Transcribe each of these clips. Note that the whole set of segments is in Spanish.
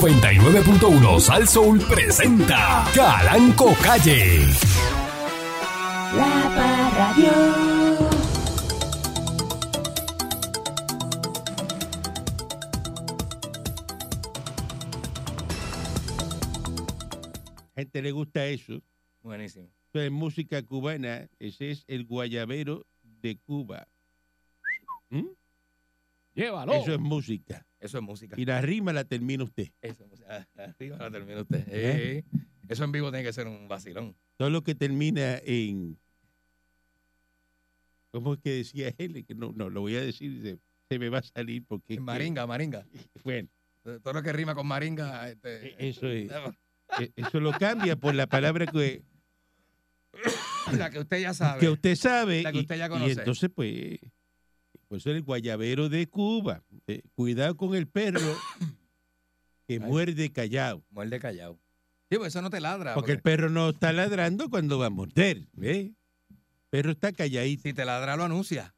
99.1 Sal Soul presenta Calanco Calle. La Parradio. gente le gusta eso. Buenísimo. Entonces, música cubana, ese es el guayabero de Cuba. ¿Mm? Llévalo. Eso es música. Eso es música. Y la rima la termina usted. Eso es música. Ah, Arriba la termina usted. ¿Eh? Ey, Eso en vivo tiene que ser un vacilón. Todo lo que termina en. ¿Cómo es que decía él? Que no, no, lo voy a decir, se, se me va a salir porque. es que- Maringa, maringa. bueno, Todo lo que rima con maringa. e- Este, eso es. e- Eso lo cambia por la palabra que, La que usted ya sabe. que usted sabe. La que y- usted ya y conoce. entonces, pues. Pues el guayabero de Cuba. Eh, cuidado con el perro que muerde callado. Muerde callado. Sí, pues eso no te ladra. Porque el perro no está ladrando cuando va a morder, ¿ves? El perro está calladito si te ladra, lo anuncia.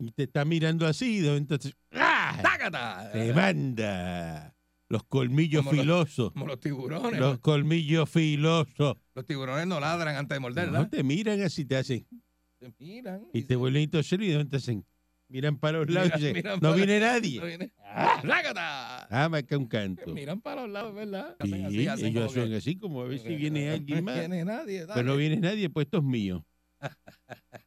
y te está mirando así, ¿no? entonces ¡ah! ¡Tácata! te manda los colmillos Como los- filosos, Como los los, tiburones. Los, colmillos filosos. tiburones no ladran antes de morder, No ¿verdad? te miran así, te hacen Te miran. y te vuelven a serio, y te hacen miran para los lados y Miran- dicen, miran no para- viene se- nadie. viene. ¡Tácata! Ah, marca un canto. Miran para los lados, ¿verdad? Sí, Hacen así, hacen ellos como que- son así como a ver si viene alguien No más. viene nadie. Pero no dale. viene nadie, pues esto es mío.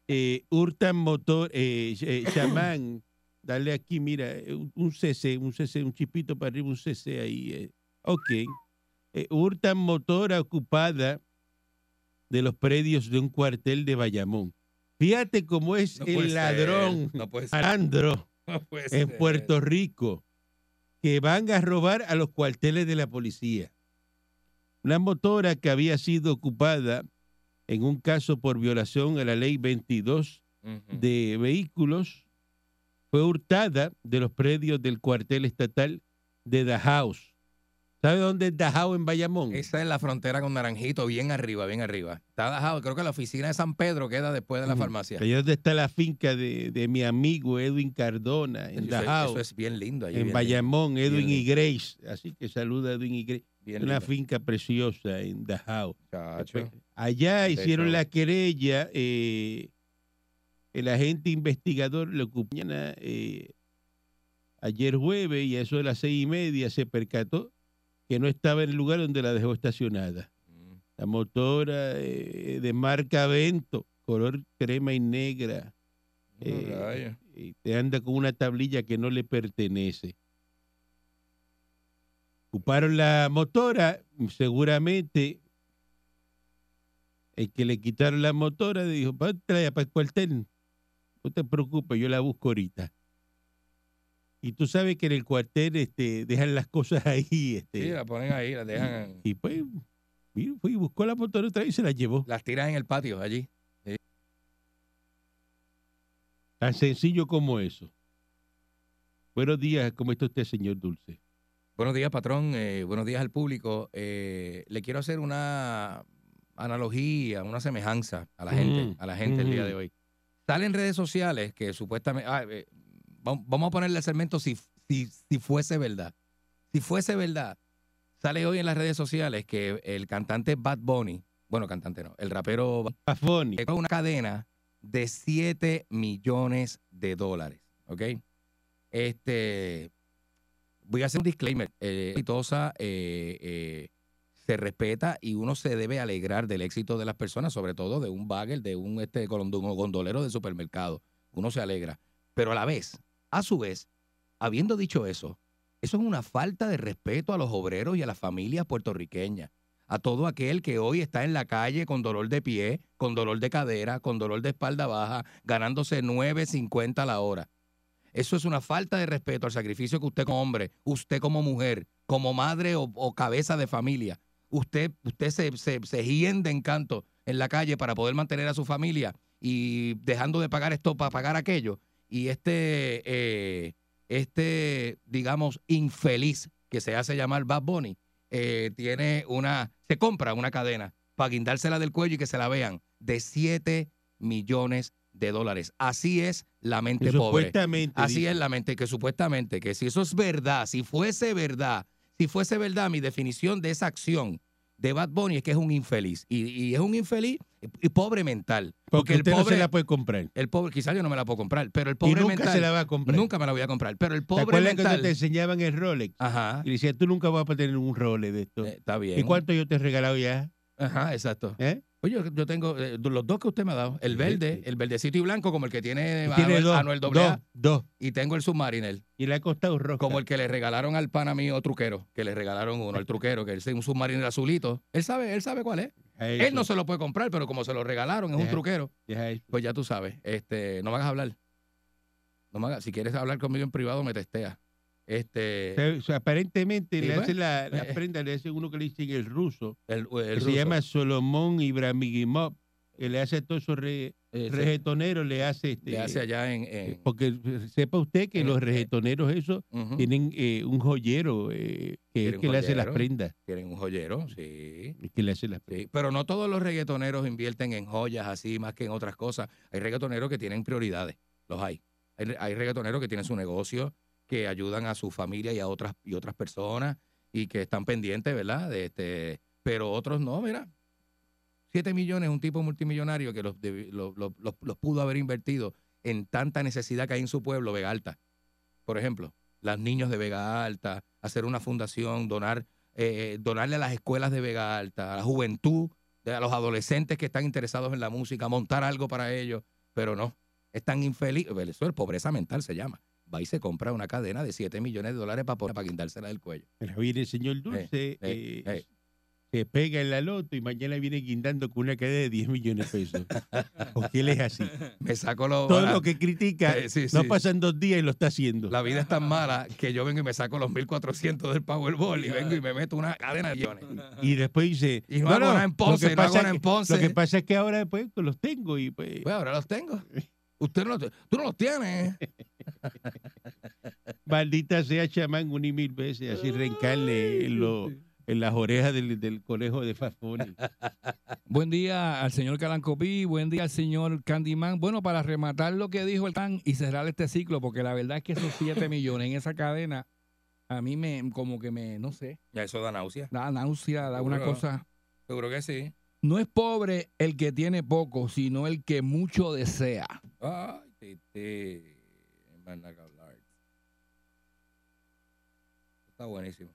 Eh, hurtan motor, eh, eh, chamán, dale aquí, mira, eh, un, un CC, un CC, un chipito para arriba, un CC ahí. eh. Ok. Eh, hurtan motora ocupada de los predios de un cuartel de Bayamón. Fíjate cómo es No puede el ser, ladrón No puede ser. malandro no puede en ser. Puerto Rico que van a robar a los cuarteles de la policía. Una motora que había sido ocupada en un caso por violación a la ley 22 Ujú. de vehículos fue hurtada de los predios del cuartel estatal de Dajaos. ¿Sabe dónde es Dajaos en Bayamón? Esa es la frontera con Naranjito, bien arriba, bien arriba. Está dejado, creo que la oficina de San Pedro queda después de la Ujú. farmacia. Allá donde está la finca de, de mi amigo Edwin Cardona, en Eso es- Dajaos, Eso es bien lindo. allí, en bien Bayamón, bien Edwin y lindo. Grace. Así que saluda a Edwin y Grace. lindo, bien una lindo. Ah, finca preciosa en Dajao. Chacho. Allá De hicieron todo. la querella, eh, el agente investigador le ocupó mañana, eh, ayer jueves y a eso de las seis y media se percató que no estaba en el lugar donde la dejó estacionada. Mm. La motora eh, de marca Vento, color crema y negra, eh, Rayo. y te anda con una tablilla que no le pertenece. Ocuparon la motora, seguramente el que le quitaron la motora dijo, "Pa- trae para el cuartel, no te preocupes, yo la busco ahorita. Y tú sabes que en el cuartel este, dejan las cosas ahí. Este, Sí, ah. la ponen ahí, la dejan. y pues y fue y buscó la motora otra vez y se la llevó. Las tiran en el patio allí. Tan sencillo como eso. Buenos días, ¿cómo está usted, señor Dulce? Buenos días, patrón. eh, buenos días al público. Eh, le quiero hacer una analogía, una semejanza a la gente, Ujú, a la gente el día ujú. de hoy. Salen redes sociales que supuestamente. ah, eh, vam- vamos a ponerle el segmento si, si, si fuese verdad. Si fuese verdad, sale hoy en las redes sociales que el cantante Bad Bunny, bueno, cantante no, el rapero Bad Pafoni. Llegó una cadena de 7 millones de dólares. ¿Ok? Este. Voy a hacer un disclaimer. Eh, exitosa eh, eh, se respeta y uno se debe alegrar del éxito de las personas, sobre todo de un bagel, de un este golon- de un gondolero de supermercado. Uno se alegra. Pero a la vez, a su vez, habiendo dicho eso, eso es una falta de respeto a los obreros y a las familias puertorriqueñas a todo aquel que hoy está en la calle con dolor de pie, con dolor de cadera, con dolor de espalda baja, ganándose 9.50 a la hora. Eso es una falta de respeto al sacrificio que usted como hombre, usted como mujer, como madre o, o cabeza de familia, usted, usted se, se, se hiende en canto en la calle para poder mantener a su familia y dejando de pagar esto para pagar aquello. Y este, eh, este, digamos, infeliz que se hace llamar Bad Bunny, eh, tiene una, se compra una cadena para guindársela del cuello y que se la vean de 7 millones de dólares. Así es la mente Que pobre. Supuestamente. Así dice. es la mente, que supuestamente, que si eso es verdad, si fuese verdad, si fuese verdad, mi definición de esa acción de Bad Bunny es que es un infeliz. Y, y es un infeliz y pobre mental. Porque, el usted no pobre, se la puede comprar. el pobre, quizás yo no me la puedo comprar, pero el Y pobre nunca mental. se la va a comprar. Nunca me la voy a comprar. Pero el ¿Te pobre acuerdas que mental. cuando te enseñaban el Rolex? Ajá. Y le decían, tú nunca vas a tener un Rolex de esto. eh, está bien. ¿Y cuánto yo te he regalado ya? Ajá, exacto. ¿Eh? Oye, yo- yo tengo eh, los dos que usted me ha dado. El Sí, verde, sí. el verdecito y blanco, como el que tiene, Y tiene Eh, Anuel, dos, Anuel dos, AA, dos. Y tengo el Submariner, Y le ha costado rojo. como el que le regalaron al pana mío truquero, que le regalaron uno al truquero, que es un Submariner azulito. Él sabe, él sabe cuál es. Él no se lo puede comprar, pero como se lo regalaron, es un Deja- truquero. Pues ya tú sabes, este, no me hagas hablar. No me hagas- si quieres hablar conmigo en privado, me testea. Este, O sea, aparentemente Y le bueno, hacen la, la eh, eh. prenda, le hacen uno que le dicen el ruso, el, el que ruso. se llama Solomón Ibramigimov, que le hace a todos esos re- Ese, reggaetoneros, le hace este. le hace allá en... en- Porque sepa usted que Eh, los eh. reggaetoneros, esos, Ujú. tienen eh, un joyero eh, que es Tiene el un que le hace las joyero. prendas. Tienen un joyero, sí. el que le hace las prendas. Sí, pero no todos los reggaetoneros invierten en joyas así más que en otras cosas. Hay reggaetoneros que tienen prioridades, los hay. Hay, re- hay reggaetoneros que tienen su negocio, que ayudan a su familia y a otras y otras personas y que están pendientes, ¿verdad? De este, pero otros no, mira. Siete millones, un tipo multimillonario que los, debi- lo- lo- los- los pudo haber invertido en tanta necesidad que hay en su pueblo, Vega Alta. Por ejemplo, los niños de Vega Alta, hacer una fundación, donar eh, donarle a las escuelas de Vega Alta, a la juventud, de- a los adolescentes que están interesados en la música, montar algo para ellos, pero no. Están infelices. Eso es pobreza mental, se llama. Va y se compra una cadena de 7 millones de dólares para, poner- para guindársela del cuello. Ahora Viene el señor Dulce, eh, eh, eh. se pega en la loto y mañana viene guindando con una cadena de 10 millones de pesos. Porque él es así. Me saco los. Todo lo que critica, Eh, sí, no sí. pasan dos días y lo está haciendo. La vida es tan mala que yo vengo y me saco los 1400 del Powerball y vengo y me meto una cadena de millones. Y después dice, Y no hago nada en Ponce, lo que no hago pasa nada en es que- Ponce. Lo que pasa es que ahora pues los tengo y pues... Pues ahora los tengo. Usted no, los- tú no los tienes. Maldita sea chamán un y mil veces, así reencarne en, lo- en las orejas del, del conejo de Fafoni. Buen día al señor Calancopí, buen día al señor Candyman. Bueno, para rematar lo que dijo el Can y cerrar este ciclo, porque la verdad es que esos 7 millones en esa cadena, a mí me, como que me, no sé, Ya eso da náusea. da náusea, da una Seguro. cosa. Seguro que sí. No es pobre el que tiene poco, sino el que mucho desea. Ay, Titi. Más nada que hablar. Está buenísimo.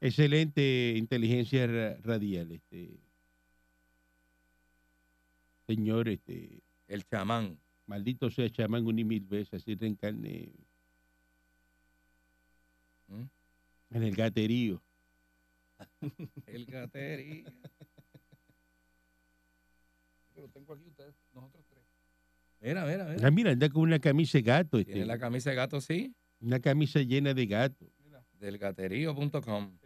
Excelente inteligencia ra- radial, este señor, este El chamán. maldito sea chamán un y mil veces, así reencarne ¿Mm? en el gaterío. El gatería. Lo tengo aquí ustedes, nosotros tres. Mira, mira, mira. Ah, mira, anda con una camisa de gato, este, Tiene la camisa de gato, sí. una camisa llena de gato. Delgaterío.com.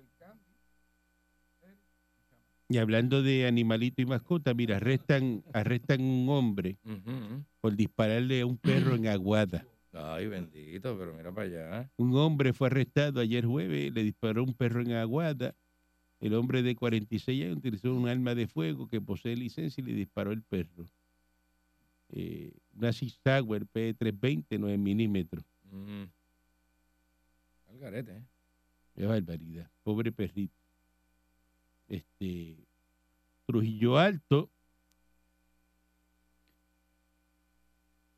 Y hablando de animalito y mascota, mira, arrestan, arrestan un hombre Ujú. por dispararle a un perro en Aguada. Ay, bendito, pero mira para allá. Un hombre fue arrestado ayer jueves, le disparó un perro en Aguada. El hombre de 46 años utilizó un arma de fuego que posee licencia y le disparó el perro. Eh, una Six Sauer P320, 9 milímetros. Mm. Al garete, ¿eh? Qué barbaridad. Pobre perrito. Este, Trujillo Alto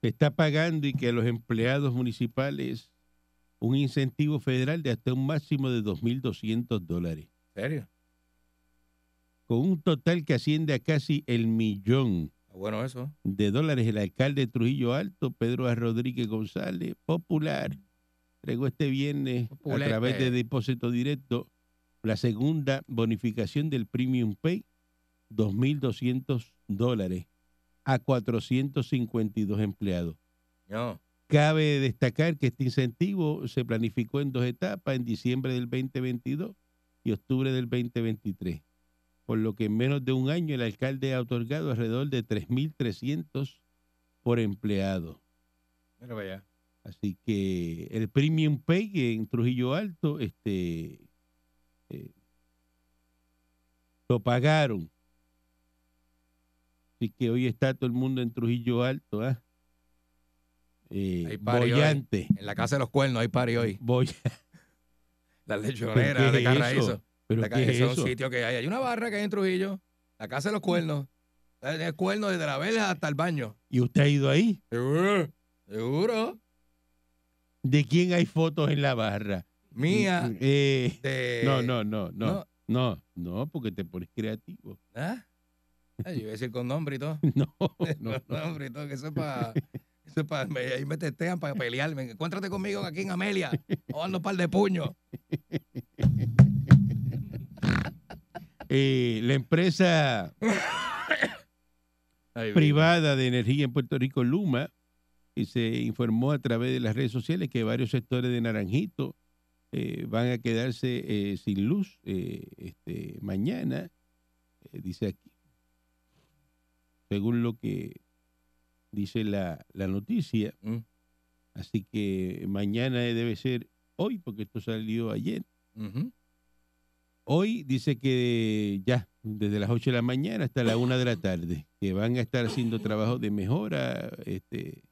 se está pagando y que a los empleados municipales un incentivo federal de hasta un máximo de 2.200 dólares. ¿En serio? con un total que asciende a casi el millón Está Ah, bueno eso. de dólares. El alcalde de Trujillo Alto, Pedro A. Rodríguez González, popular, entregó este viernes a Populete. través de depósito directo la segunda bonificación del Premium Pay, 2.200 dólares a 452 empleados. No. Cabe destacar que este incentivo se planificó en dos etapas, en diciembre del 2022 y octubre del 2023, por lo que en menos de un año el alcalde ha otorgado alrededor de 3.300 por empleado. Mira para allá. Así que el Premium Pay en Trujillo Alto este, eh, lo pagaron. Así que hoy está todo el mundo en Trujillo Alto, ¿ah? Eh, Hay party hoy. bollante. En la casa de los cuernos hay party hoy. Voy. Las lechoneras ¿Pero qué de es Carraízo. eso? ¿Pero La ca- qué es ese es eso? un sitio que hay. Hay una barra que hay en Trujillo, la casa de los cuernos. El el cuerno desde la vela hasta el baño. ¿Y usted ha ido ahí? Seguro. Seguro. ¿De quién hay fotos en la barra? Mía. Eh, de- no, no, no, no, no. no, no, porque te pones creativo. ¿Ah? Ay, yo iba a decir con nombre y todo. No, no, con no. nombre y todo, que eso es para. Eso es para. Ahí me testean para pelearme. Encuéntrate conmigo aquí en Amelia. O ando un par de puños. Eh, la empresa Ay, privada de energía en Puerto Rico, Luma, y se informó a través de las redes sociales que varios sectores de Naranjito eh, van a quedarse eh, sin luz eh, este, mañana, eh, dice aquí, según lo que dice la, la noticia. Mm. Así que mañana debe ser hoy, porque esto salió ayer. Ujú. Hoy dice que ya, desde las 8 de la mañana hasta la 1 de la tarde, que van a estar haciendo trabajo de mejora, este,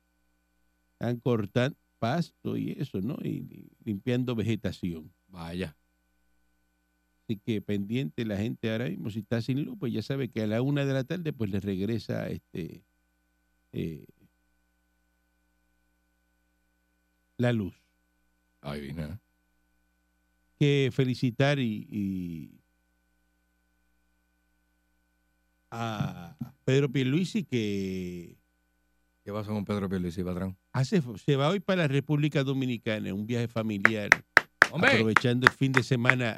están cortando pasto y eso, ¿no? Y, y limpiando vegetación. Vaya. Así que pendiente la gente ahora mismo, si está sin luz, pues ya sabe que a la 1 de la tarde pues les regresa este eh, la luz. Ay, vine. que felicitar y, y a Pedro Pierluisi que ¿Qué pasó con Pedro Pierluisi, patrón? hace, se va hoy para la República Dominicana, un viaje familiar, ¡Hombre! aprovechando el fin de semana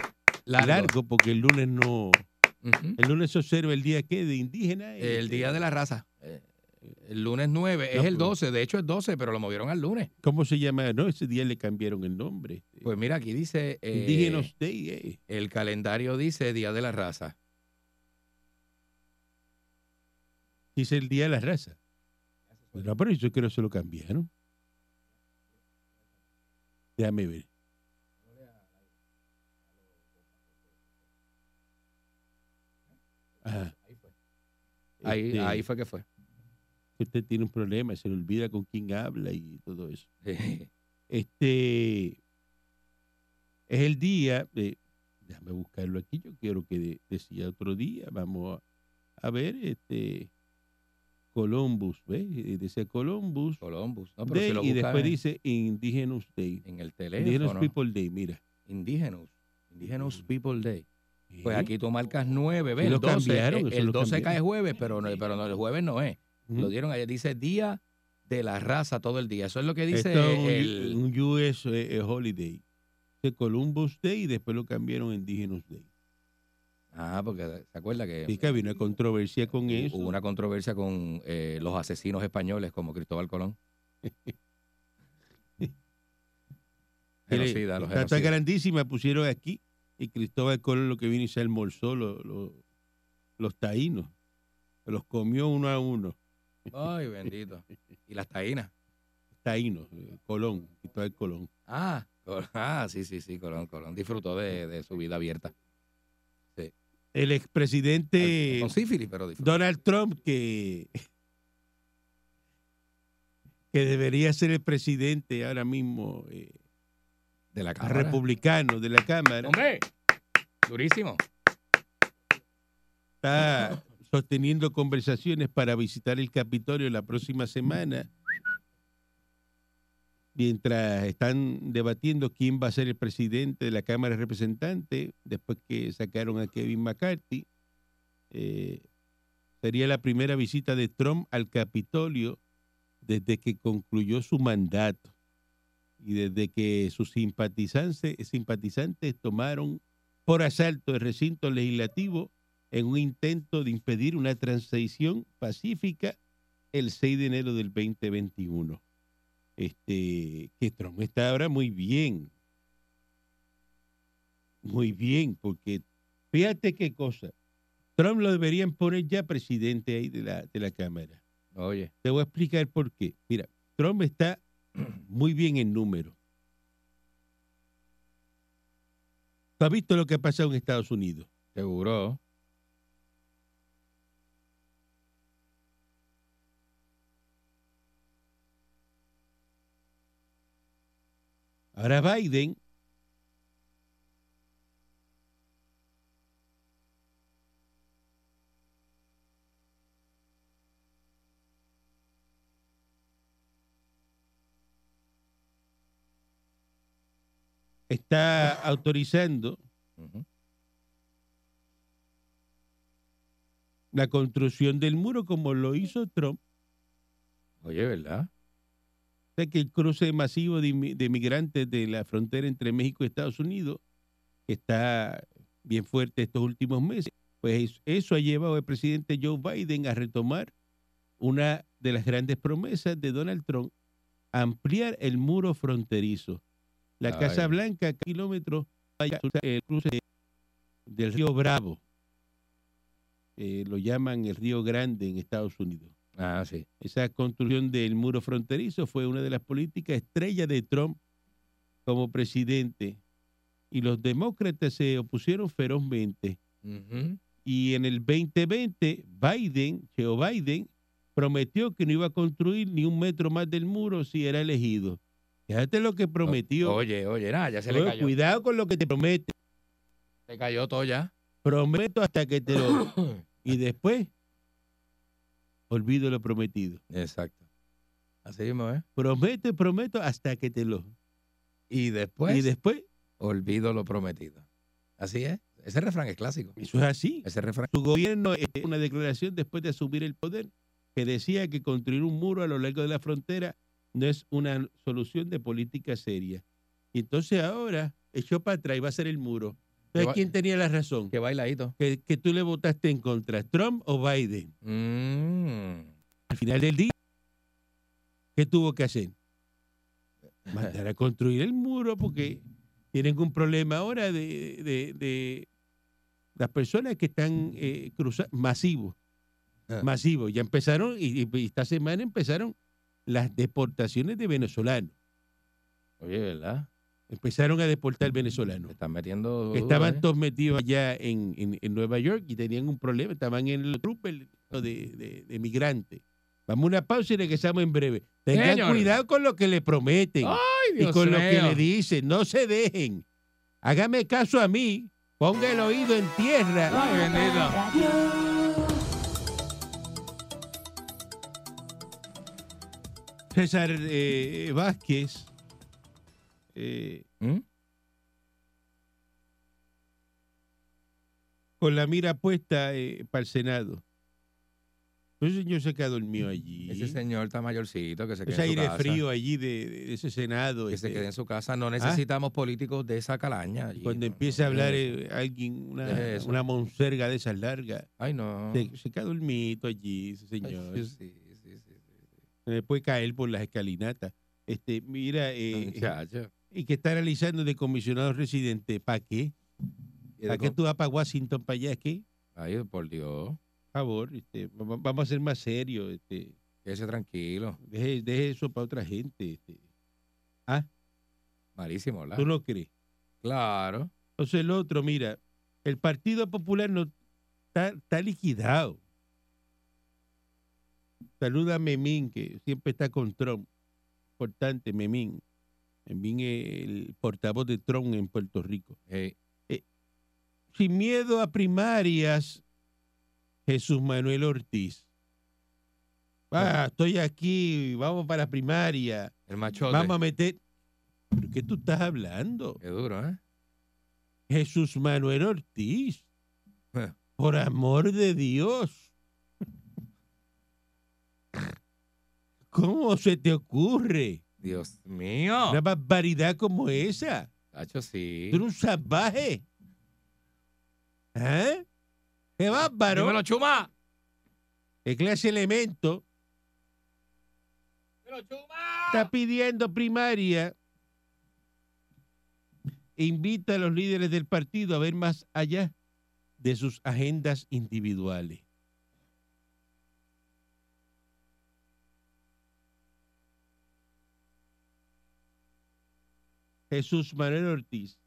largo. porque el lunes no, Ujú. el lunes se observa el día que de indígena. El este, Día de la Raza. Eh, El lunes 9, No, es el pues. 12, de hecho es 12, pero lo movieron al lunes. ¿Cómo se llama? No, ese día le cambiaron el nombre. Pues mira, aquí dice, eh, Indígenas Day. eh. el calendario dice Día de la Raza. Dice el día de la raza. No, pero yo creo que se lo cambiaron. Déjame ver. Ajá. Ahí, Este, ahí fue que fue. Usted este tiene un problema, se le olvida con quién habla y todo eso. Sí. Este es el día de. Déjame buscarlo aquí. Yo quiero que de- decía otro día. Vamos a, a ver, este. Columbus, ¿ves? Eh, Decía Columbus Columbus. No, Ah, pero Day si lo y después buscas en, dice Indigenous Day. en el Indigenous teléfono. People Day, mira. Indigenous. Mm. Indigenous People Day. Pues ¿Eh? aquí tú marcas 9, ¿ves? Sí, lo el 12, cambiaron, eh, eso el lo 12 cae cambiaron. jueves, pero no, pero no, el jueves no es. Ujú. Lo dieron ayer, dice Día de la Raza todo el día. Eso es lo que dice Esto es un, el... un US eh, Holiday. Dice Columbus Day y después lo cambiaron a Indigenous Day. Ah, porque se acuerda que... Así que había una controversia con Y eso. Hubo una controversia con eh, los asesinos españoles como Cristóbal Colón. Mire, genocida, está tan los genocidas. grandísima, pusieron aquí. Y Cristóbal Colón lo que vino y se almorzó lo- lo- los taínos. Los comió uno a uno. Ay, bendito. Y las taínas. Taínos, eh, Colón, Cristóbal Colón. Ah, Col- ah, sí, sí, sí, Colón, Colón. Disfrutó de, de su vida abierta. El expresidente Con sífilis, pero disfrutó. Donald Trump, que, que debería ser el presidente ahora mismo eh, De la cámara. republicano de la Cámara, ¡Hombre! Durísimo. está sosteniendo conversaciones para visitar el Capitolio la próxima semana, mientras están debatiendo quién va a ser el presidente de la Cámara de Representantes, después que sacaron a Kevin McCarthy. Eh, sería la primera visita de Trump al Capitolio desde que concluyó su mandato y desde que sus simpatizantes, simpatizantes tomaron por asalto el recinto legislativo en un intento de impedir una transición pacífica el 6 de enero del 2021. Este, que Trump está ahora muy bien. Muy bien, porque fíjate qué cosa. Trump lo deberían poner ya presidente ahí de la, de la Cámara. Oye. Te voy a explicar por qué. Mira, Trump está muy bien en número. ¿Tú has visto lo que ha pasado en Estados Unidos? Seguro. Ahora Biden está autorizando Ujú. la construcción del muro como lo hizo Trump, Oye, ¿verdad? o sea, que el cruce masivo de, inmi- de migrantes de la frontera entre México y Estados Unidos que está bien fuerte estos últimos meses. Pues es- eso ha llevado al presidente Joe Biden a retomar una de las grandes promesas de Donald Trump, ampliar el muro fronterizo. La Ay. Casa Blanca, kilómetros, vaya el cruce de- del río Bravo. Eh, lo llaman el río Grande en Estados Unidos. Ah, sí. Esa construcción del muro fronterizo fue una de las políticas estrellas de Trump como presidente. Y los demócratas se opusieron ferozmente. Ujú. Y en el 2020, Biden, Joe Biden, prometió que no iba a construir ni un metro más del muro si era elegido. Fíjate lo que prometió. Oye, oye, nada, ya se le Oye, cayó. Cuidado con lo que te promete. Se cayó todo ya. Prometo hasta que te lo... y después, olvido lo prometido. Exacto. Así mismo, ¿eh? Prometo y prometo hasta que te lo... Y después, y después, olvido lo prometido. Así es. Ese refrán es clásico. eso es así. Ese refrán. Su gobierno eh, una declaración después de asumir el poder que decía que construir un muro a lo largo de la frontera no es una solución de política seria. Y entonces ahora echó para atrás y va a ser el muro. Que va- Entonces, ¿quién tenía la razón? Que bailadito. Que, que tú le votaste en contra, Trump o Biden. Mm. Al final del día, ¿qué tuvo que hacer? Mandar a construir el muro porque tienen un problema ahora de, de- de las personas que están eh, cruzando, masivos. Ah. Masivos. Ya empezaron, y, y- y esta semana empezaron las deportaciones de venezolanos. Oye, ¿verdad? Empezaron a deportar Se venezolanos. están metiendo. duro, Que estaban ¿eh? todos metidos allá en, en- en Nueva York y tenían un problema. Estaban en el trooper de, de- de migrantes. Vamos a una pausa y regresamos en breve. Tengan Señor. cuidado con lo que le prometen ¡Ay, y Dios con lo que mío! le dicen. No se dejen. Hágame caso a mí. Ponga el oído en tierra. Ay, bendito. Radio. César eh, Vázquez eh, ¿Mm? con la mira puesta eh, para el Senado. Ese señor se quedó dormido allí. Ese señor está mayorcito que se quede Ese en su aire casa. frío allí de, de ese Senado. Que se este, quede en su casa. No necesitamos políticos de esa calaña. allí, cuando no, empiece a no, hablar no. eh, alguien, Deje una, eso. una monserga de esas largas, Ay, no. se, se queda dormido allí, ese Ay, señor. sí, sí, sí, sí, sí. Se le puede caer por las escalinatas. Este, mira, eh, Muchacho. y que está realizando de comisionado residente, ¿para qué? ¿Para qué tú vas para Washington, para allá? ¿Qué? Ay, por Dios. favor, este, va- va- vamos a ser más serios, este, Quédese tranquilo. deje, deje eso para otra gente. este. Malísimo, ¿verdad? ¿Tú lo crees? Claro. Entonces el otro, mira, el Partido Popular no está, está liquidado. Saluda a Memín, que siempre está con Trump. Importante, Memín. Memín es el portavoz de Trump en Puerto Rico. Eh, Ey, Sin miedo a primarias, Jesús Manuel Ortiz. Ah, estoy aquí, vamos para la primaria. el machote. Vamos a meter. ¿Pero qué tú estás hablando? Qué duro, ¿eh? Jesús Manuel Ortiz. Eh. Por amor de Dios. ¿Cómo se te ocurre Dios mío. una barbaridad como esa? Hacho, sí. Tú eres un salvaje. ¿Eh? ¡Qué bárbaro! Ah, ¡Dímelo, Chuma! ¿Qué clase de elemento ¡Dímelo, Chuma! está pidiendo primaria? E invita a los líderes del partido a ver más allá de sus agendas individuales. Jesús Manuel Ortiz.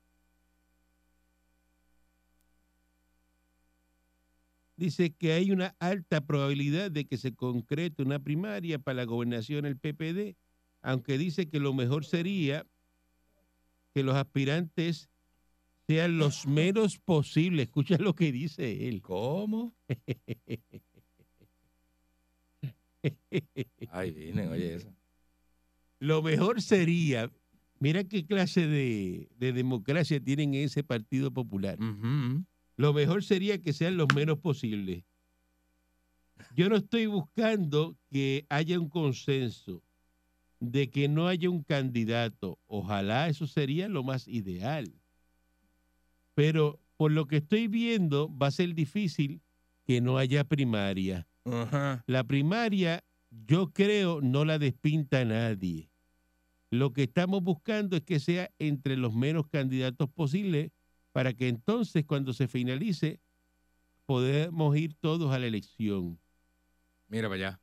Dice que hay una alta probabilidad de que se concrete una primaria para la gobernación del PPD, aunque dice que lo mejor sería que los aspirantes sean los menos posibles. Escucha lo que dice él. ¿Cómo? Ay, viene, oye eso. Lo mejor sería, Mira qué clase de, de democracia tienen en ese Partido Popular. Ujú. Lo mejor sería que sean los menos posibles. Yo no estoy buscando que haya un consenso de que no haya un candidato. Ojalá eso sería lo más ideal. Pero por lo que estoy viendo, va a ser difícil que no haya primaria. Ajá. La primaria, yo creo, no la despinta nadie. Lo que estamos buscando es que sea entre los menos candidatos posibles para que entonces cuando se finalice podamos ir todos a la elección. Mira para allá.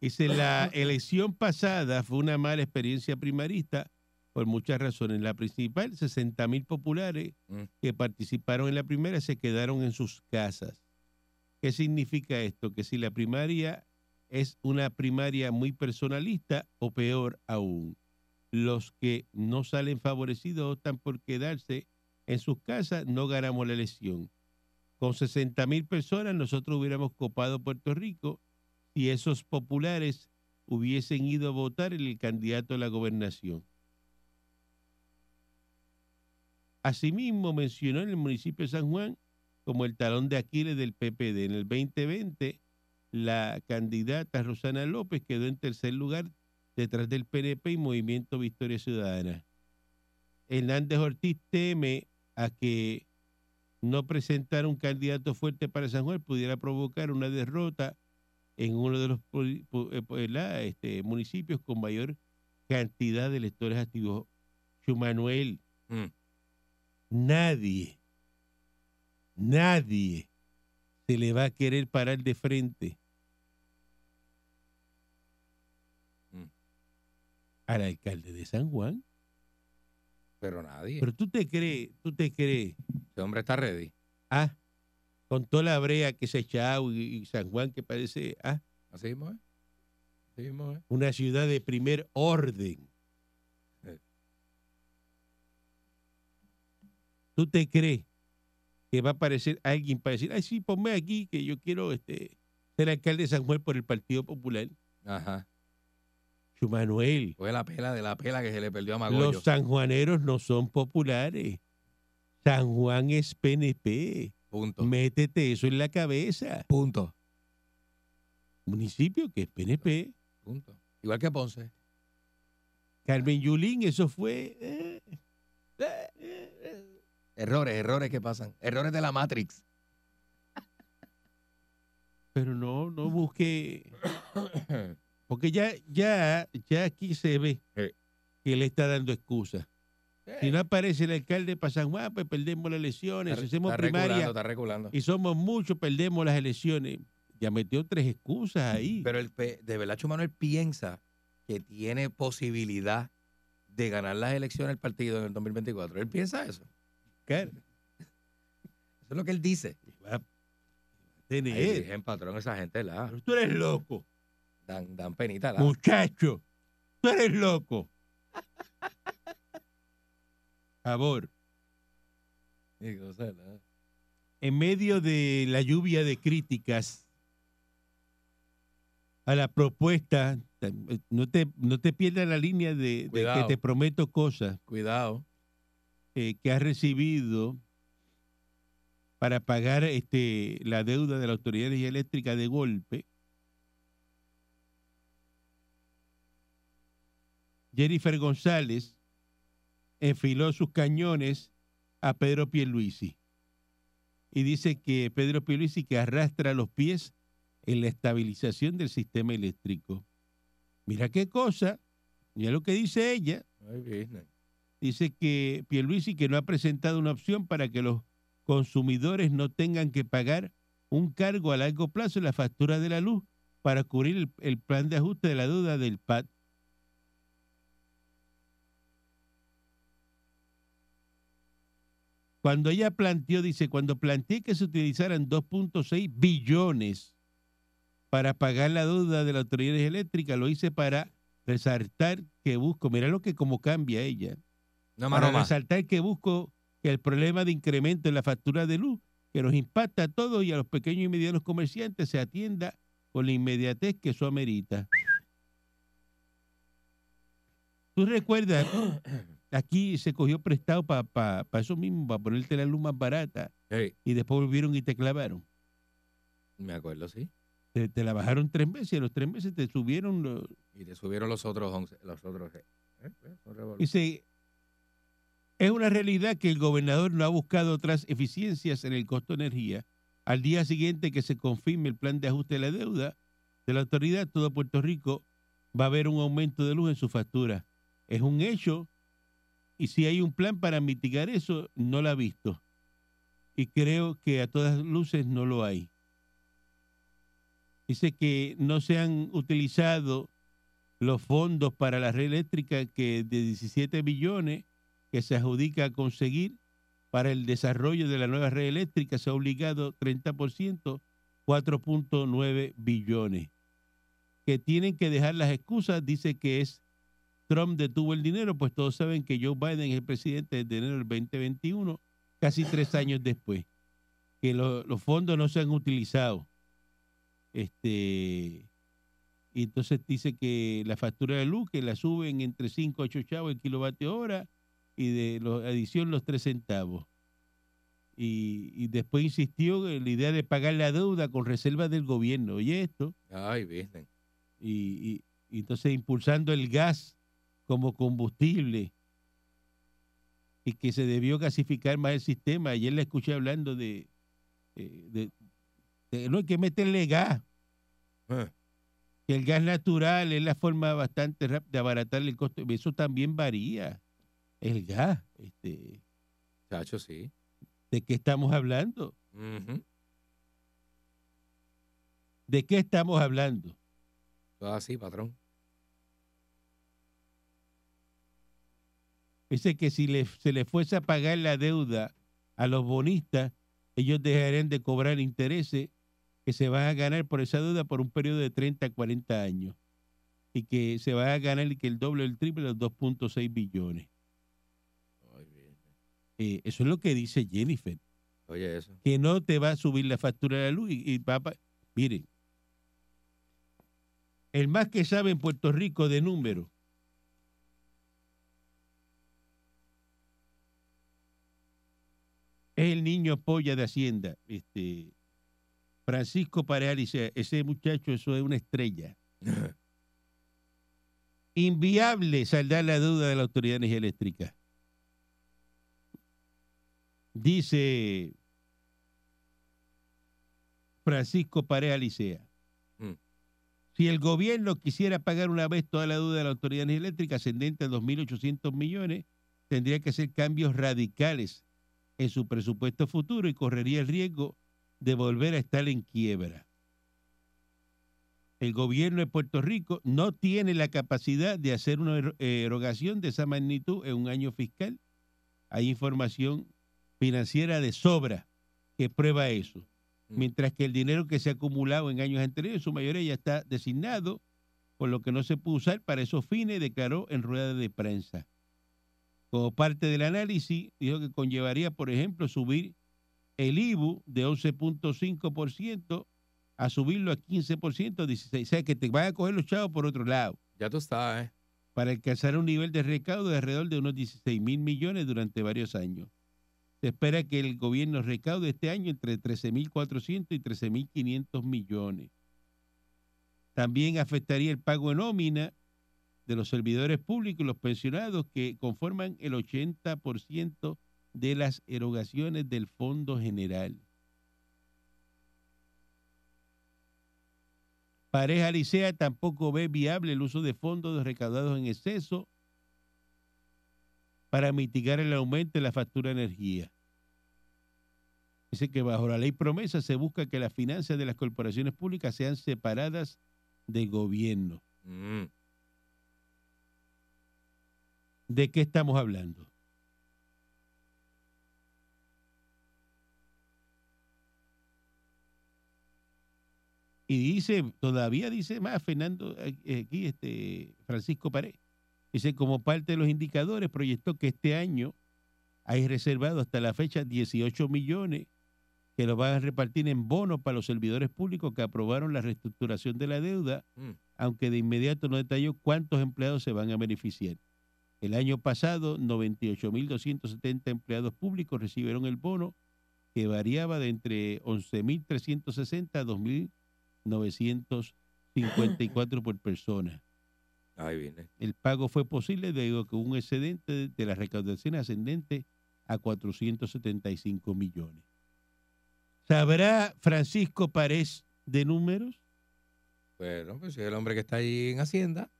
Dice, la elección pasada fue una mala experiencia primarista por muchas razones. La principal, 60 mil populares Mm. que participaron en la primera se quedaron en sus casas. ¿Qué significa esto? Que si la primaria es una primaria muy personalista o peor aún, los que no salen favorecidos optan por quedarse en sus casas, no ganamos la elección. Con 60 mil personas nosotros hubiéramos copado Puerto Rico si esos populares hubiesen ido a votar en el candidato a la gobernación. Asimismo, mencionó en el municipio de San Juan como el talón de Aquiles del PPD. En el 2020, la candidata Rosana López quedó en tercer lugar detrás del PNP y Movimiento Victoria Ciudadana. Hernández Ortiz teme a que no presentar un candidato fuerte para San Juan pudiera provocar una derrota en uno de los poli- pu- eh, pu- eh, la, este, municipios con mayor cantidad de electores activos. Chumanuel, Mm. nadie, nadie se le va a querer parar de frente Mm. al alcalde de San Juan. Pero nadie. Pero tú te crees, tú te crees, Ese hombre está ready. ah, con toda la brea que se ha echado y, y San Juan que parece, ah, Así mismo, ¿eh? Así mismo, ¿eh? una ciudad de primer orden. Eh. ¿Tú te crees que va a aparecer alguien para decir, ay, sí, ponme aquí que yo quiero este, ser alcalde de San Juan por el Partido Popular? Ajá. Manuel, Fue la pela de la pela que se le perdió a Magoyo. los sanjuaneros no son populares. San Juan es PNP. Punto. Métete eso en la cabeza. Punto. Municipio que es PNP. Punto. Igual que Ponce. Carmen Yulín, eso fue... eh, Errores, errores que pasan. Errores de la Matrix. pero no, no busque... Porque ya, ya, ya aquí se ve Eh. que le está dando excusas. Si Eh, no aparece el alcalde para San Juan, pues perdemos las elecciones. Si hacemos regulando, primaria está regulando. y somos muchos, perdemos las elecciones. Ya metió tres excusas ahí. Pero el, pe- de verdad, Chumanuel piensa que tiene posibilidad de ganar las elecciones del partido en el 2024. Él piensa eso. Oscar, Eso es lo que él dice. va a Ahí tener. dirigen, patrón, esa gente la Pero tú eres loco, dan, dan penita. La. muchacho. Tú eres loco. Favor. Y cosas, la- en medio de la lluvia de críticas a la propuesta, eh, no te, no te pierdas la línea de, de que Cuidado. te prometo cosas Cuidado. eh, que has recibido para pagar este, la deuda de la Autoridad de Energía Eléctrica de golpe. Jennifer González enfiló sus cañones a Pedro Pierluisi y dice que Pedro Pierluisi que arrastra los pies en la estabilización del sistema eléctrico. Mira qué cosa, mira lo que dice ella, Ay, business. dice que Pierluisi que no ha presentado una opción para que los consumidores no tengan que pagar un cargo a largo plazo en la factura de la luz para cubrir el, el plan de ajuste de la deuda del PAD. Cuando ella planteó, dice, cuando planteé que se utilizaran 2.6 billones para pagar la deuda de las autoridades eléctricas, lo hice para resaltar que busco, mira lo que como cambia ella, No más, para no más. resaltar que busco que el problema de incremento en la factura de luz que nos impacta a todos y a los pequeños y medianos comerciantes se atienda con la inmediatez que eso amerita. ¿Tú recuerdas Aquí se cogió prestado para eso mismo, para ponerte la luz más barata. Ey, Y después volvieron y te clavaron. me acuerdo, sí. Te, te la bajaron tres veces y a los tres meses te subieron. lo- Y te subieron los otros 11, los otros... eh, eh, son revolú- Dice, es una realidad que el gobernador no ha buscado otras eficiencias en el costo de energía. Al día siguiente que se confirme el plan de ajuste de la deuda de la autoridad, todo Puerto Rico va a haber un aumento de luz en su factura. Es un hecho y si hay un plan para mitigar eso, no lo ha visto. Y creo que a todas luces no lo hay. Dice que no se han utilizado los fondos para la red eléctrica que de 17 billones que se adjudica a conseguir para el desarrollo de la nueva red eléctrica se ha obligado 30%, 4.9 billones. Que tienen que dejar las excusas, dice que es Trump detuvo el dinero, pues todos saben que Joe Biden es el presidente desde enero del 2021, casi tres años después, que lo- los fondos no se han utilizado. Este, y entonces dice que la factura de luz que la suben entre 5 a 8 chavos el kilovatio hora y de los, adición los 3 centavos. Y, y después insistió en la idea de pagar la deuda con reservas del gobierno. Oye, esto. Ay, Virgen. Y, y- y entonces impulsando el gas como combustible y que se debió gasificar más el sistema. Ayer la escuché hablando de, eh, de- de no hay que meterle gas Eh, que el gas natural es la forma bastante rápida de abaratar el costo. Eso también varía. El gas, este, Chacho, sí. ¿de qué estamos hablando? Ujú. ¿De qué estamos hablando? Todo así, patrón. Dice que si le- se les fuese a pagar la deuda a los bonistas, ellos dejarían de cobrar intereses que se van a ganar por esa deuda por un periodo de 30 a 40 años y que se van a ganar que el doble o el triple los 2.6 billones. Ay, Virgen. Eh, eso es lo que dice Jennifer. Oye, eso. que no te va a subir la factura de la luz y, y va a pa- Mire, el más que sabe en Puerto Rico de números es el niño polla de Hacienda, este Francisco Parealis, ese muchacho, eso es una estrella. Inviable saldar la deuda de la Autoridad de Energía Eléctrica. Dice Francisco Pareja Licea. Mm. Si el gobierno quisiera pagar una vez toda la deuda de la autoridad de energía eléctrica ascendente a 2.800 millones, tendría que hacer cambios radicales en su presupuesto futuro y correría el riesgo de volver a estar en quiebra. El gobierno de Puerto Rico no tiene la capacidad de hacer una ero- eh, erogación de esa magnitud en un año fiscal. Hay información financiera de sobra que prueba eso mientras que el dinero que se ha acumulado en años anteriores, su mayoría ya está designado, por lo que no se puede usar para esos fines, declaró en rueda de prensa. Como parte del análisis, dijo que conllevaría, por ejemplo, subir el IBU de 11.5% a subirlo a 15%, 16%, o sea que te van a coger los chavos por otro lado Ya tú sabes, ¿eh? para alcanzar un nivel de recaudo de alrededor de unos 16 mil millones durante varios años. Se espera que el gobierno recaude este año entre 13.400 y 13.500 millones. También afectaría el pago de nómina de los servidores públicos y los pensionados que conforman el 80% de las erogaciones del Fondo General. Pareja Licea tampoco ve viable el uso de fondos recaudados en exceso para mitigar el aumento de la factura de energía. Dice que bajo la ley promesa se busca que las finanzas de las corporaciones públicas sean separadas del gobierno. Mm. ¿De qué estamos hablando? Y dice, todavía dice más Fernando, eh, eh, aquí este Francisco Pared. Dice, como parte de los indicadores, proyectó que este año hay reservado hasta la fecha 18 millones que los van a repartir en bonos para los servidores públicos que aprobaron la reestructuración de la deuda, Mm. aunque de inmediato no detalló cuántos empleados se van a beneficiar. El año pasado, 98.270 empleados públicos recibieron el bono que variaba de entre 11.360 a 2.954 por persona. Ahí viene. El pago fue posible debido a que hubo un excedente de las recaudaciones ascendente a 475 millones. ¿Sabrá Francisco Párez de números? Bueno, pues es el hombre que está ahí en Hacienda.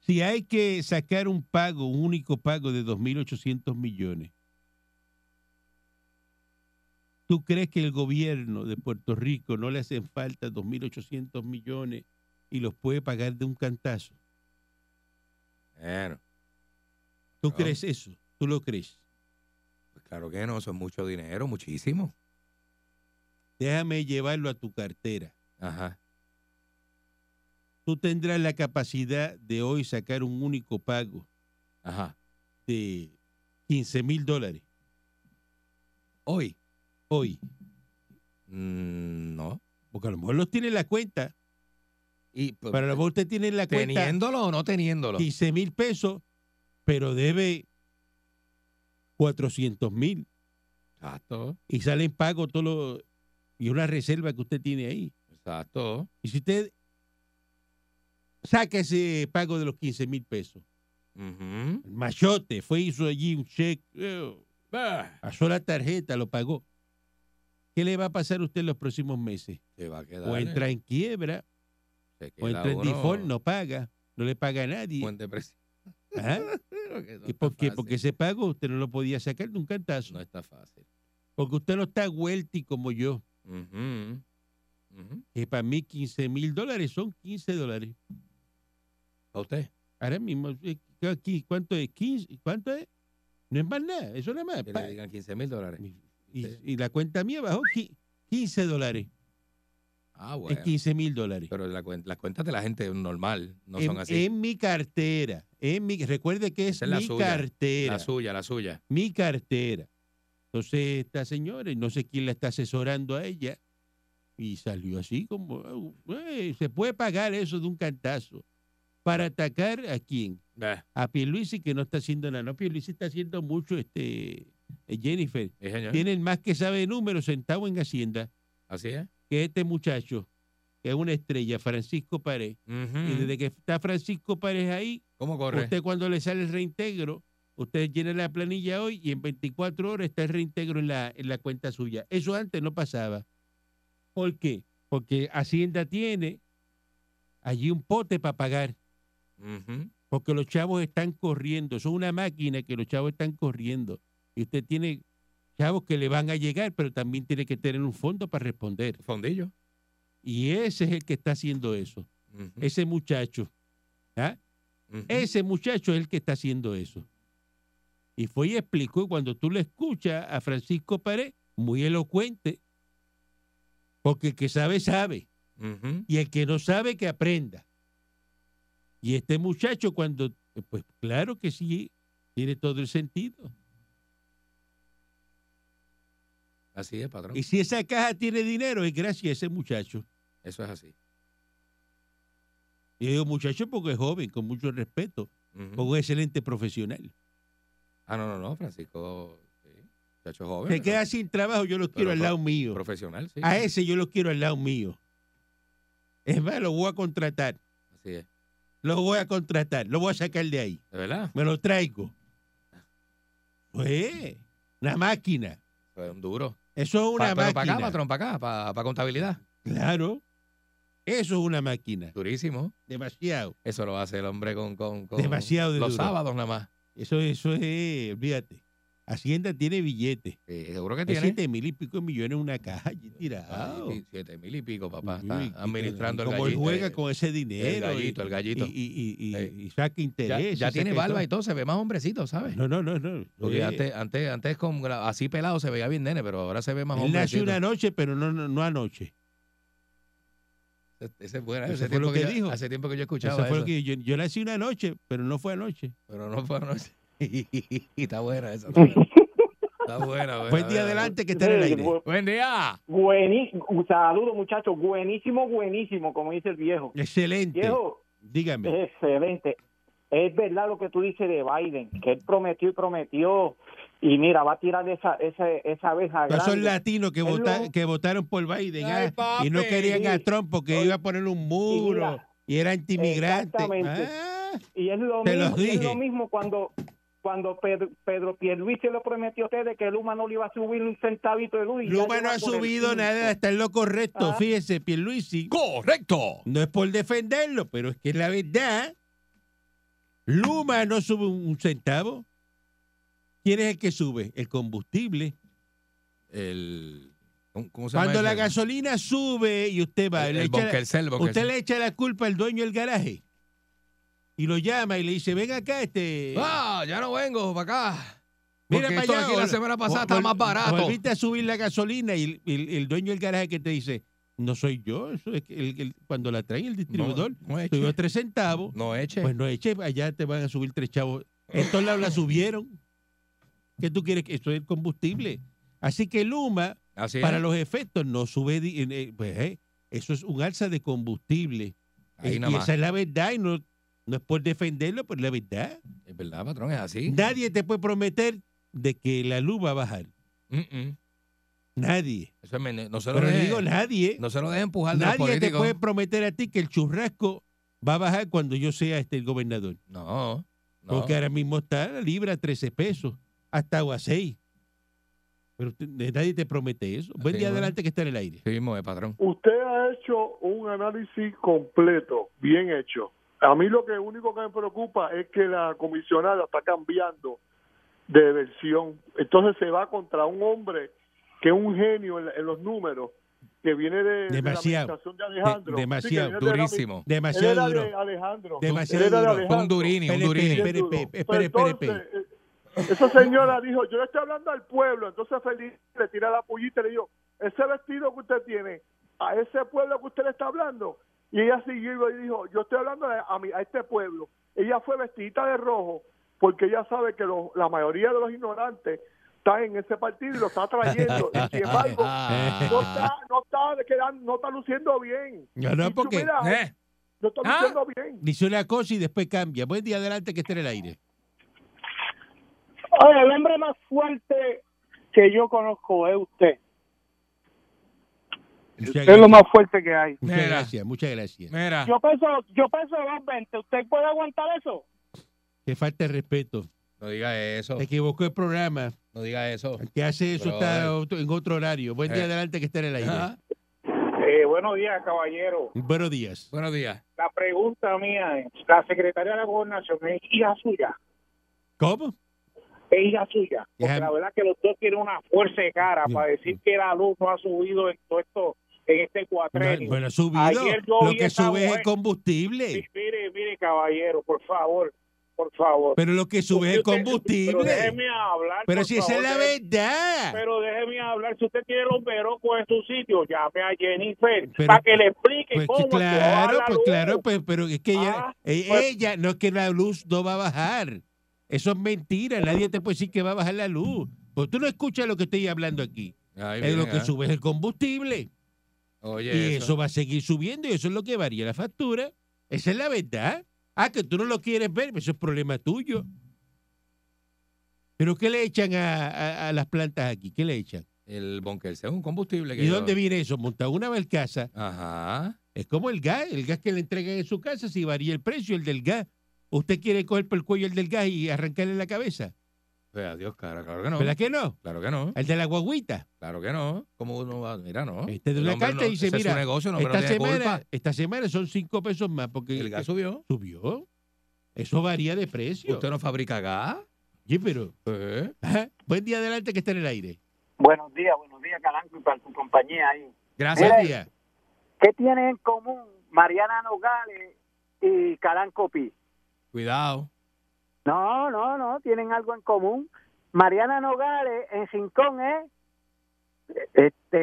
Si hay que sacar un pago, un único pago de 2.800 millones, ¿tú crees que el gobierno de Puerto Rico no le hacen falta 2.800 millones y los puede pagar de un cantazo? Bueno, ¿Tú No. crees eso? ¿Tú lo crees? pues claro que no, eso es mucho dinero, muchísimo. Déjame llevarlo a tu cartera. Ajá. Tú tendrás la capacidad de hoy sacar un único pago Ajá. de 15 mil dólares Hoy. hoy. Mm, no. Porque a lo mejor los tiene en la cuenta, Y, pues, pero a lo mejor usted tiene en la cuenta teniéndolo o no teniéndolo. 15 mil pesos, pero debe 400 mil Exacto. y sale en pago todo lo, y una reserva que usted tiene ahí. Exacto. Y si usted saca ese pago de los 15 mil pesos, Ujú. el machote fue, hizo allí un cheque, eh, Bah, pasó la tarjeta, lo pagó. ¿Qué le va a pasar a usted en los próximos meses? Se va a quedar. O entra en quiebra, se o queda entra en uno default, no paga, no le paga a nadie. con depresión. Ajá. Porque no ¿Eh? ¿Y está por qué? fácil. Porque ese pago usted no lo podía sacar de un cantazo. No está fácil. Porque usted no está vuelti como yo, Ujú. Ujú. que para mí 15 mil dólares son 15 dólares. ¿A usted? Ahora mismo, eh, aquí, ¿cuánto es? 15, ¿Cuánto es? No es más nada, eso nada más. Que Eh, pa. le digan 15 mil dólares. Y, y la cuenta mía bajó qui- 15 dólares, Ah, bueno. es 15 mil dólares. Pero la cuen- las cuentas de la gente normal no en, son así. en mi cartera, en mi, recuerde que es, Esa es la mi suya, cartera. La suya, la suya. mi cartera. Entonces esta señora, y no sé quién la está asesorando a ella, y salió así como, "Ah, eh, se puede pagar eso de un cantazo. ¿Para atacar a quién? Bah, A Pierluisi que no está haciendo nada. No, Pierluisi está haciendo mucho, este eh, Jennifer. sí, señor. Tienen más que sabe de números sentado en Hacienda Así es. que este muchacho, que es una estrella, Francisco Pared. Ujú. Y desde que está Francisco Pared ahí, ¿Cómo corre? Usted cuando le sale el reintegro, usted llena la planilla hoy y en 24 horas está el reintegro en la, en la cuenta suya. Eso antes no pasaba. ¿Por qué? Porque Hacienda tiene allí un pote para pagar, Ujú. porque los chavos están corriendo. Eso es una máquina que los chavos están corriendo. Y usted tiene chavos que le van a llegar, pero también tiene que tener un fondo para responder. Fondillo. Y ese es el que está haciendo eso. Ujú. Ese muchacho. ¿Ah? Ujú. Ese muchacho es el que está haciendo eso. Y fue y explicó, y cuando tú le escuchas a Francisco Pérez, muy elocuente, porque el que sabe, sabe, Ujú. y el que no sabe, que aprenda. Y este muchacho, cuando, pues claro que sí, tiene todo el sentido. Así es, patrón. Y si esa caja tiene dinero, es gracias a ese muchacho. Eso es así. Y yo digo muchacho porque es joven, con mucho respeto, Ujú. con un excelente profesional. Ah, no, no, no, Francisco. Sí. Muchacho joven. Se pero queda sin trabajo, yo lo quiero al pro- lado mío. Profesional, sí. A ese yo lo quiero al lado mío. Es más, lo voy a contratar. Así es. Lo voy a contratar. Lo voy a sacar de ahí. ¿De verdad? Me lo traigo. Pues, una máquina. Fue un duro. Eso es una Pa- pero para máquina. acá, patrón, para acá, para, contabilidad. claro. Eso es una máquina. Durísimo. Demasiado. Eso lo hace el hombre con. con, con Demasiado de Los duro. sábados nada más. Eso, eso es, olvídate. Hacienda tiene billetes. Sí, seguro que Hay tiene. siete mil y pico millones en una caja allí Ay, tirado. pi- siete mil y pico, papá. Uy, Está qué administrando el como gallito. juega eh, con ese dinero. el gallito, y- el gallito. Y, y- y- y- Sí. y saca ya, interés. ya saca tiene de todo. barba y todo, se ve más hombrecito, ¿sabes? No, no, no, no. Porque Eh, antes, antes, antes con la- así pelado se veía bien nene, pero ahora se ve más él nació hombrecito. una noche, pero no, no, no anoche. Ese- E, Ese fue, Eso hace fue lo tiempo que, que yo- dijo. Hace tiempo que yo Eso escuchaba fue eso, lo que yo, yo nací una noche, pero no fue anoche. pero no fue anoche. está buena esa. Está buena, está buena, buena, Buen día buena. adelante que está en el Sí, aire. bu- Buen día. buení- Saludos, muchachos. Buenísimo, buenísimo, como dice el viejo. Excelente. Viejo, Dígame. excelente. es verdad lo que tú dices de Biden, que él prometió y prometió, y mira, va a tirar esa, esa, esa abeja No son grande. latinos que, Es vota- lo- que votaron por Biden Ay, ah, papi. y no querían a Sí. Trump porque Oye, iba a poner un muro mira, y era antimigrante. exactamente. Ah, Y es lo, Te lo mismo, es dije. lo mismo cuando cuando Pedro, Pedro Pierluisi le prometió a ustedes que Luma no le iba a subir un centavito de luz. y ya Luma lleva no ha por el subido quinto. nada, está en lo correcto. Ah. Fíjese, Pierluisi. Correcto. No es por defenderlo, pero es que la verdad, Luma no sube un un centavo. ¿Quién es el que sube? El combustible. El, ¿cómo- ¿Cómo se Cuando la llama? ese? gasolina sube y usted va, El, le el echa la- Bonquercel, el usted Bonquercel. le echa la culpa al dueño del garaje y lo llama y le dice, ven acá, este... Ah, ya no vengo para acá. Mira Porque para esto allá. aquí la vol- semana pasada vol- estaba más vol- barato. Volviste a subir la gasolina y el, el- el dueño del garaje que te dice, no soy yo, eso es que el- el- cuando la trae el distribuidor, No, no subió eche. tres centavos. No eche. Pues no eche, allá te van a subir tres chavos. En todos lados la subieron. ¿Qué tú quieres? que Esto es el combustible. Así que Luma, Así para es. los efectos, no sube. di- en- eh, pues, eh, eso es un alza de combustible. Ahí Eh, nada y más. esa es la verdad. Y no, no es por defenderlo, pero es la verdad. Es verdad, patrón, es así. Nadie te puede prometer de que la luz va a bajar. Mm, mm. Nadie. Eso es men- no se lo Pero le deje- digo nadie. no se lo deje empujar de los nadie te políticos. puede prometer a ti que el churrasco va a bajar cuando yo sea este el gobernador. No, no. Porque ahora mismo está la libra a 13 pesos, hasta agua 6. Pero usted- nadie te promete eso. Buen Así día es, adelante que está en el aire. Sí mismo es, patrón. Usted ha hecho un análisis completo, bien hecho. A mí lo que único que me preocupa es que la comisionada está cambiando de versión. Entonces se va contra un hombre que es un genio en, la- en los números, que viene de, de Demasiado. la administración de Alejandro. De- demasiado, que viene de la- Durísimo. él era Demasiado de duro. Alejandro. Demasiado Él era de duro. Alejandro. Un durini, un Espere, durini. espere, espere, Pero espere, espere, espere. entonces, eh, Esa señora dijo, yo le estoy hablando al pueblo, entonces Feliz le tira la pullita y le dijo, ese vestido que usted tiene, a ese pueblo que usted le está hablando. Y ella siguió y dijo, yo estoy hablando a, a mi- a este pueblo. Ella fue vestida de rojo porque ella sabe que los- la mayoría de los ignorantes están en ese partido y lo está trayendo. Y sin embargo, no está, no está, quedando, no está luciendo bien. No, Y no, tú, porque mira, Eh, no está ¿Ah? luciendo bien. dice una cosa y después cambia. Buen día adelante que está en el aire. Oye, el hombre más fuerte que yo conozco es usted. Muchas Es lo gracias. más fuerte que hay. Muchas Mira. gracias, muchas gracias. mira. Yo peso, yo peso 220. ¿Usted puede aguantar eso? Te falta de respeto. No diga eso. Te equivocó el programa. No diga eso. El que hace eso está Brother. otro- en otro horario. Buen Eh. día adelante que está en el aire. Ajá. Eh, buenos días, caballero. Buenos días. Buenos días. La pregunta mía es, la secretaria de la gobernación es hija suya, ¿Cómo? es hija suya. Porque Déjame- la verdad que los dos tienen una fuerza de cara Bien. para decir que la luz no ha subido en todo esto, en este cuatrenio. No, bueno, ha subido. Ayer yo Lo vi que esa sube es el mujer. combustible. Sí, Mire, mire, caballero, por favor, por favor. Pero lo que sube es el Usted- Pero combustible. déjeme hablar. Pero por si esa es favor, la déjeme- verdad. Pero déjeme hablar, si usted tiene los verocos en su sitio, llame a Jennifer Pero- para pues, que le explique Pues cómo es que baja claro, la pues luz. claro, pues, pero es que ella, Ah, eh, pues- ella, no es que la luz no va a bajar. Eso es mentira. Nadie te puede decir que va a bajar la luz. Pues tú no escuchas lo que estoy hablando aquí. Ahí Es lo vienen, que ah. sube es el combustible. Oye, Y eso va a seguir subiendo y eso es lo que varía la factura. Esa es la verdad. Ah, que tú no lo quieres ver, pues eso es problema tuyo. ¿Pero qué le echan a, a- a las plantas aquí? ¿Qué le echan? El Bonquercel es un combustible. Que ¿Y yo- dónde viene eso? Montado una barcaza. Ajá. Es como el gas, el gas que le entregan en su casa, si varía el precio, el del gas. Usted quiere coger por el cuello el del gas y arrancarle la cabeza. Pues adiós, cara. Claro que no. ¿Verdad que no? Claro que no. El de la guaguita. Claro que no. ¿Cómo uno va? Mira, no. Este de El una hombre carta no- dice, ese es su mira, negocio, el hombre no Esta tiene semana, culpa. esta semana son cinco pesos más porque El gas subió. subió. Eso varía de precio. ¿Usted no fabrica gas? Oye, pero, ¿Eh? ajá, buen día adelante que está en el aire. Buenos días, buenos días, Calanco, y para tu compañía ahí. Gracias. Buen Mira, día. ¿Qué tienen en común Mariana Nogales y Calanco Pi? Cuidado. No, no, no, tienen algo en común. Mariana Nogales en Rincón es este,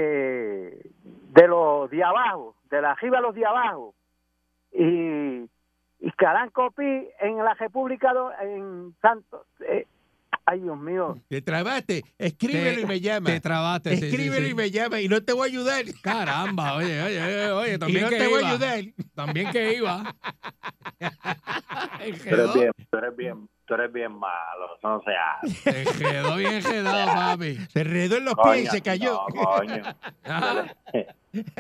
de los de abajo, de la arriba a los de abajo. Y, y Calanco Pi en la República, do- en Santo, eh, Ay, Dios mío. Te trabaste. Escríbelo Te- y me llama. Te trabaste. sí, sí, Escríbelo sí. y me llama y no te voy a ayudar. Caramba, oye, oye, oye, oye, Y también no que te iba. voy a ayudar. También que iba. Tú eres bien, tú eres bien, tú eres bien malo, eso no se hace. Te quedó bien quedado, papi. Se enredó en los Coño, pies y se cayó. no, coño. Ah,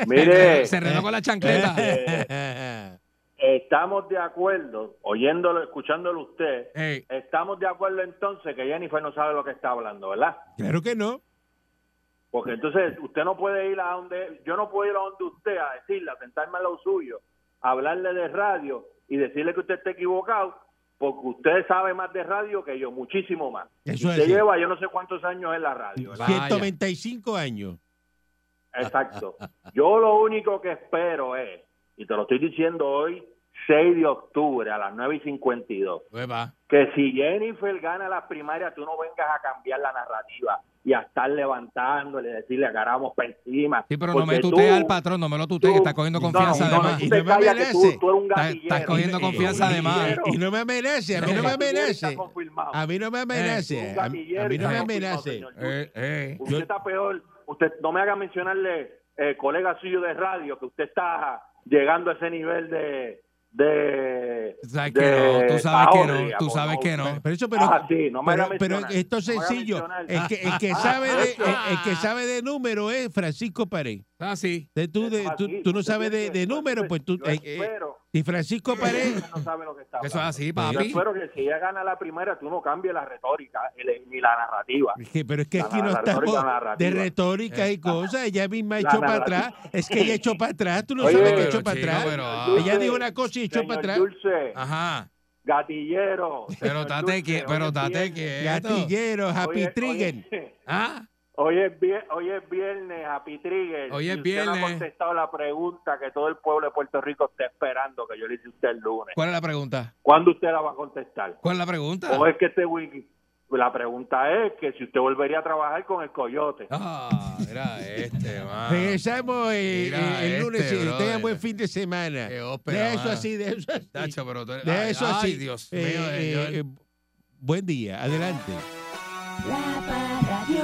Mire, Se enredó con la chancleta. Eh, estamos de acuerdo, oyéndolo, escuchándolo usted, Ey, estamos de acuerdo entonces que Jennifer no sabe lo que está hablando, ¿verdad? claro que no. Porque entonces usted no puede ir a donde, yo no puedo ir a donde usted a decirle, a sentarme al lado suyo, a hablarle de radio y decirle que usted está equivocado, porque usted sabe más de radio que yo, muchísimo más. Eso es Usted así. lleva yo no sé cuántos años en la radio, ¿verdad? Vaya. 195 años. Exacto. Yo lo único que espero es, y te lo estoy diciendo hoy, 6 de octubre a las 9 y 52, hueva. que si Jennifer gana las primarias, tú no vengas a cambiar la narrativa y a estar levantándole, decirle agarramos para encima. Sí, pero no Porque me tú- tutees al patrón, no me lo tutees, que tú- está cogiendo confianza no, de no, más. tú y te no me callas que tú- merece. tú eres un Estás- gatillero. estás cogiendo Un confianza de más. gatillero. Y no me amenace, a mí no me Un gatillero está amenace. confirmado. A mí no me Un amenace. A, a gatillero mí no está me confirmado, amenace. señor. Eh, eh. Usted está peor. Usted no me haga mencionarle, eh, colega suyo de radio, que usted está llegando a ese nivel de. de Tú sabes que no, tú sabes que no, ahorria, tú con- sabes que no. Pero eso, pero, Ah, sí, no me pero, haga pero mencionar. esto es No me haga sencillo. mencionar. Ah, El que, el que sabe de, el- el que sabe de número es Francisco Pared. Ah, sí. tú, de- Eso es tú, así, tú no usted sabes de, tiene- de número, pues tú. Yo Eh, eh, eh, espero si Francisco que Pared. usted no sabe lo que está Eso es hablando. así, Yo papi. espero que si ella gana la primera, tú no cambies la retórica el- ni la narrativa. Es que- pero es que La aquí no narrativa, estamos la narrativa. Eh, de retóricas y cosas. Ella misma echó para narrativa. atrás. Es que ella echó para atrás. Tú no Oye, sabes que pero echó para chico, atrás. pero, ah. Ella dijo una cosa y echó Señor para atrás. Ah. Dulce, Ajá. gatillero. Pero señor date Dulce, que, hoy pero es date viernes. que. Gatillero, Happy Hoy es- Trigger. hoy es- Ah, Hoy es, vier- hoy es viernes, Happy Trigger. Hoy es Y usted No ha viernes. contestado la pregunta que todo el pueblo de Puerto Rico está esperando que yo le hice a usted el lunes. ¿cuál es la pregunta? ¿Cuándo usted la va a contestar? ¿Cuál es la pregunta? ¿O es que este wiki? La pregunta es que si usted volvería a trabajar con el coyote. Ah, era este, man. Regresamos eh, Mira eh, el este, lunes. eh, tengan brother. buen fin de semana. Qué ópera, De eso mano. así, de eso así. Tacho, pero tú eres- De ay, eso ay, así. Dios Eh, mío, eh, señor. eh, buen día, adelante. La Parra Radio.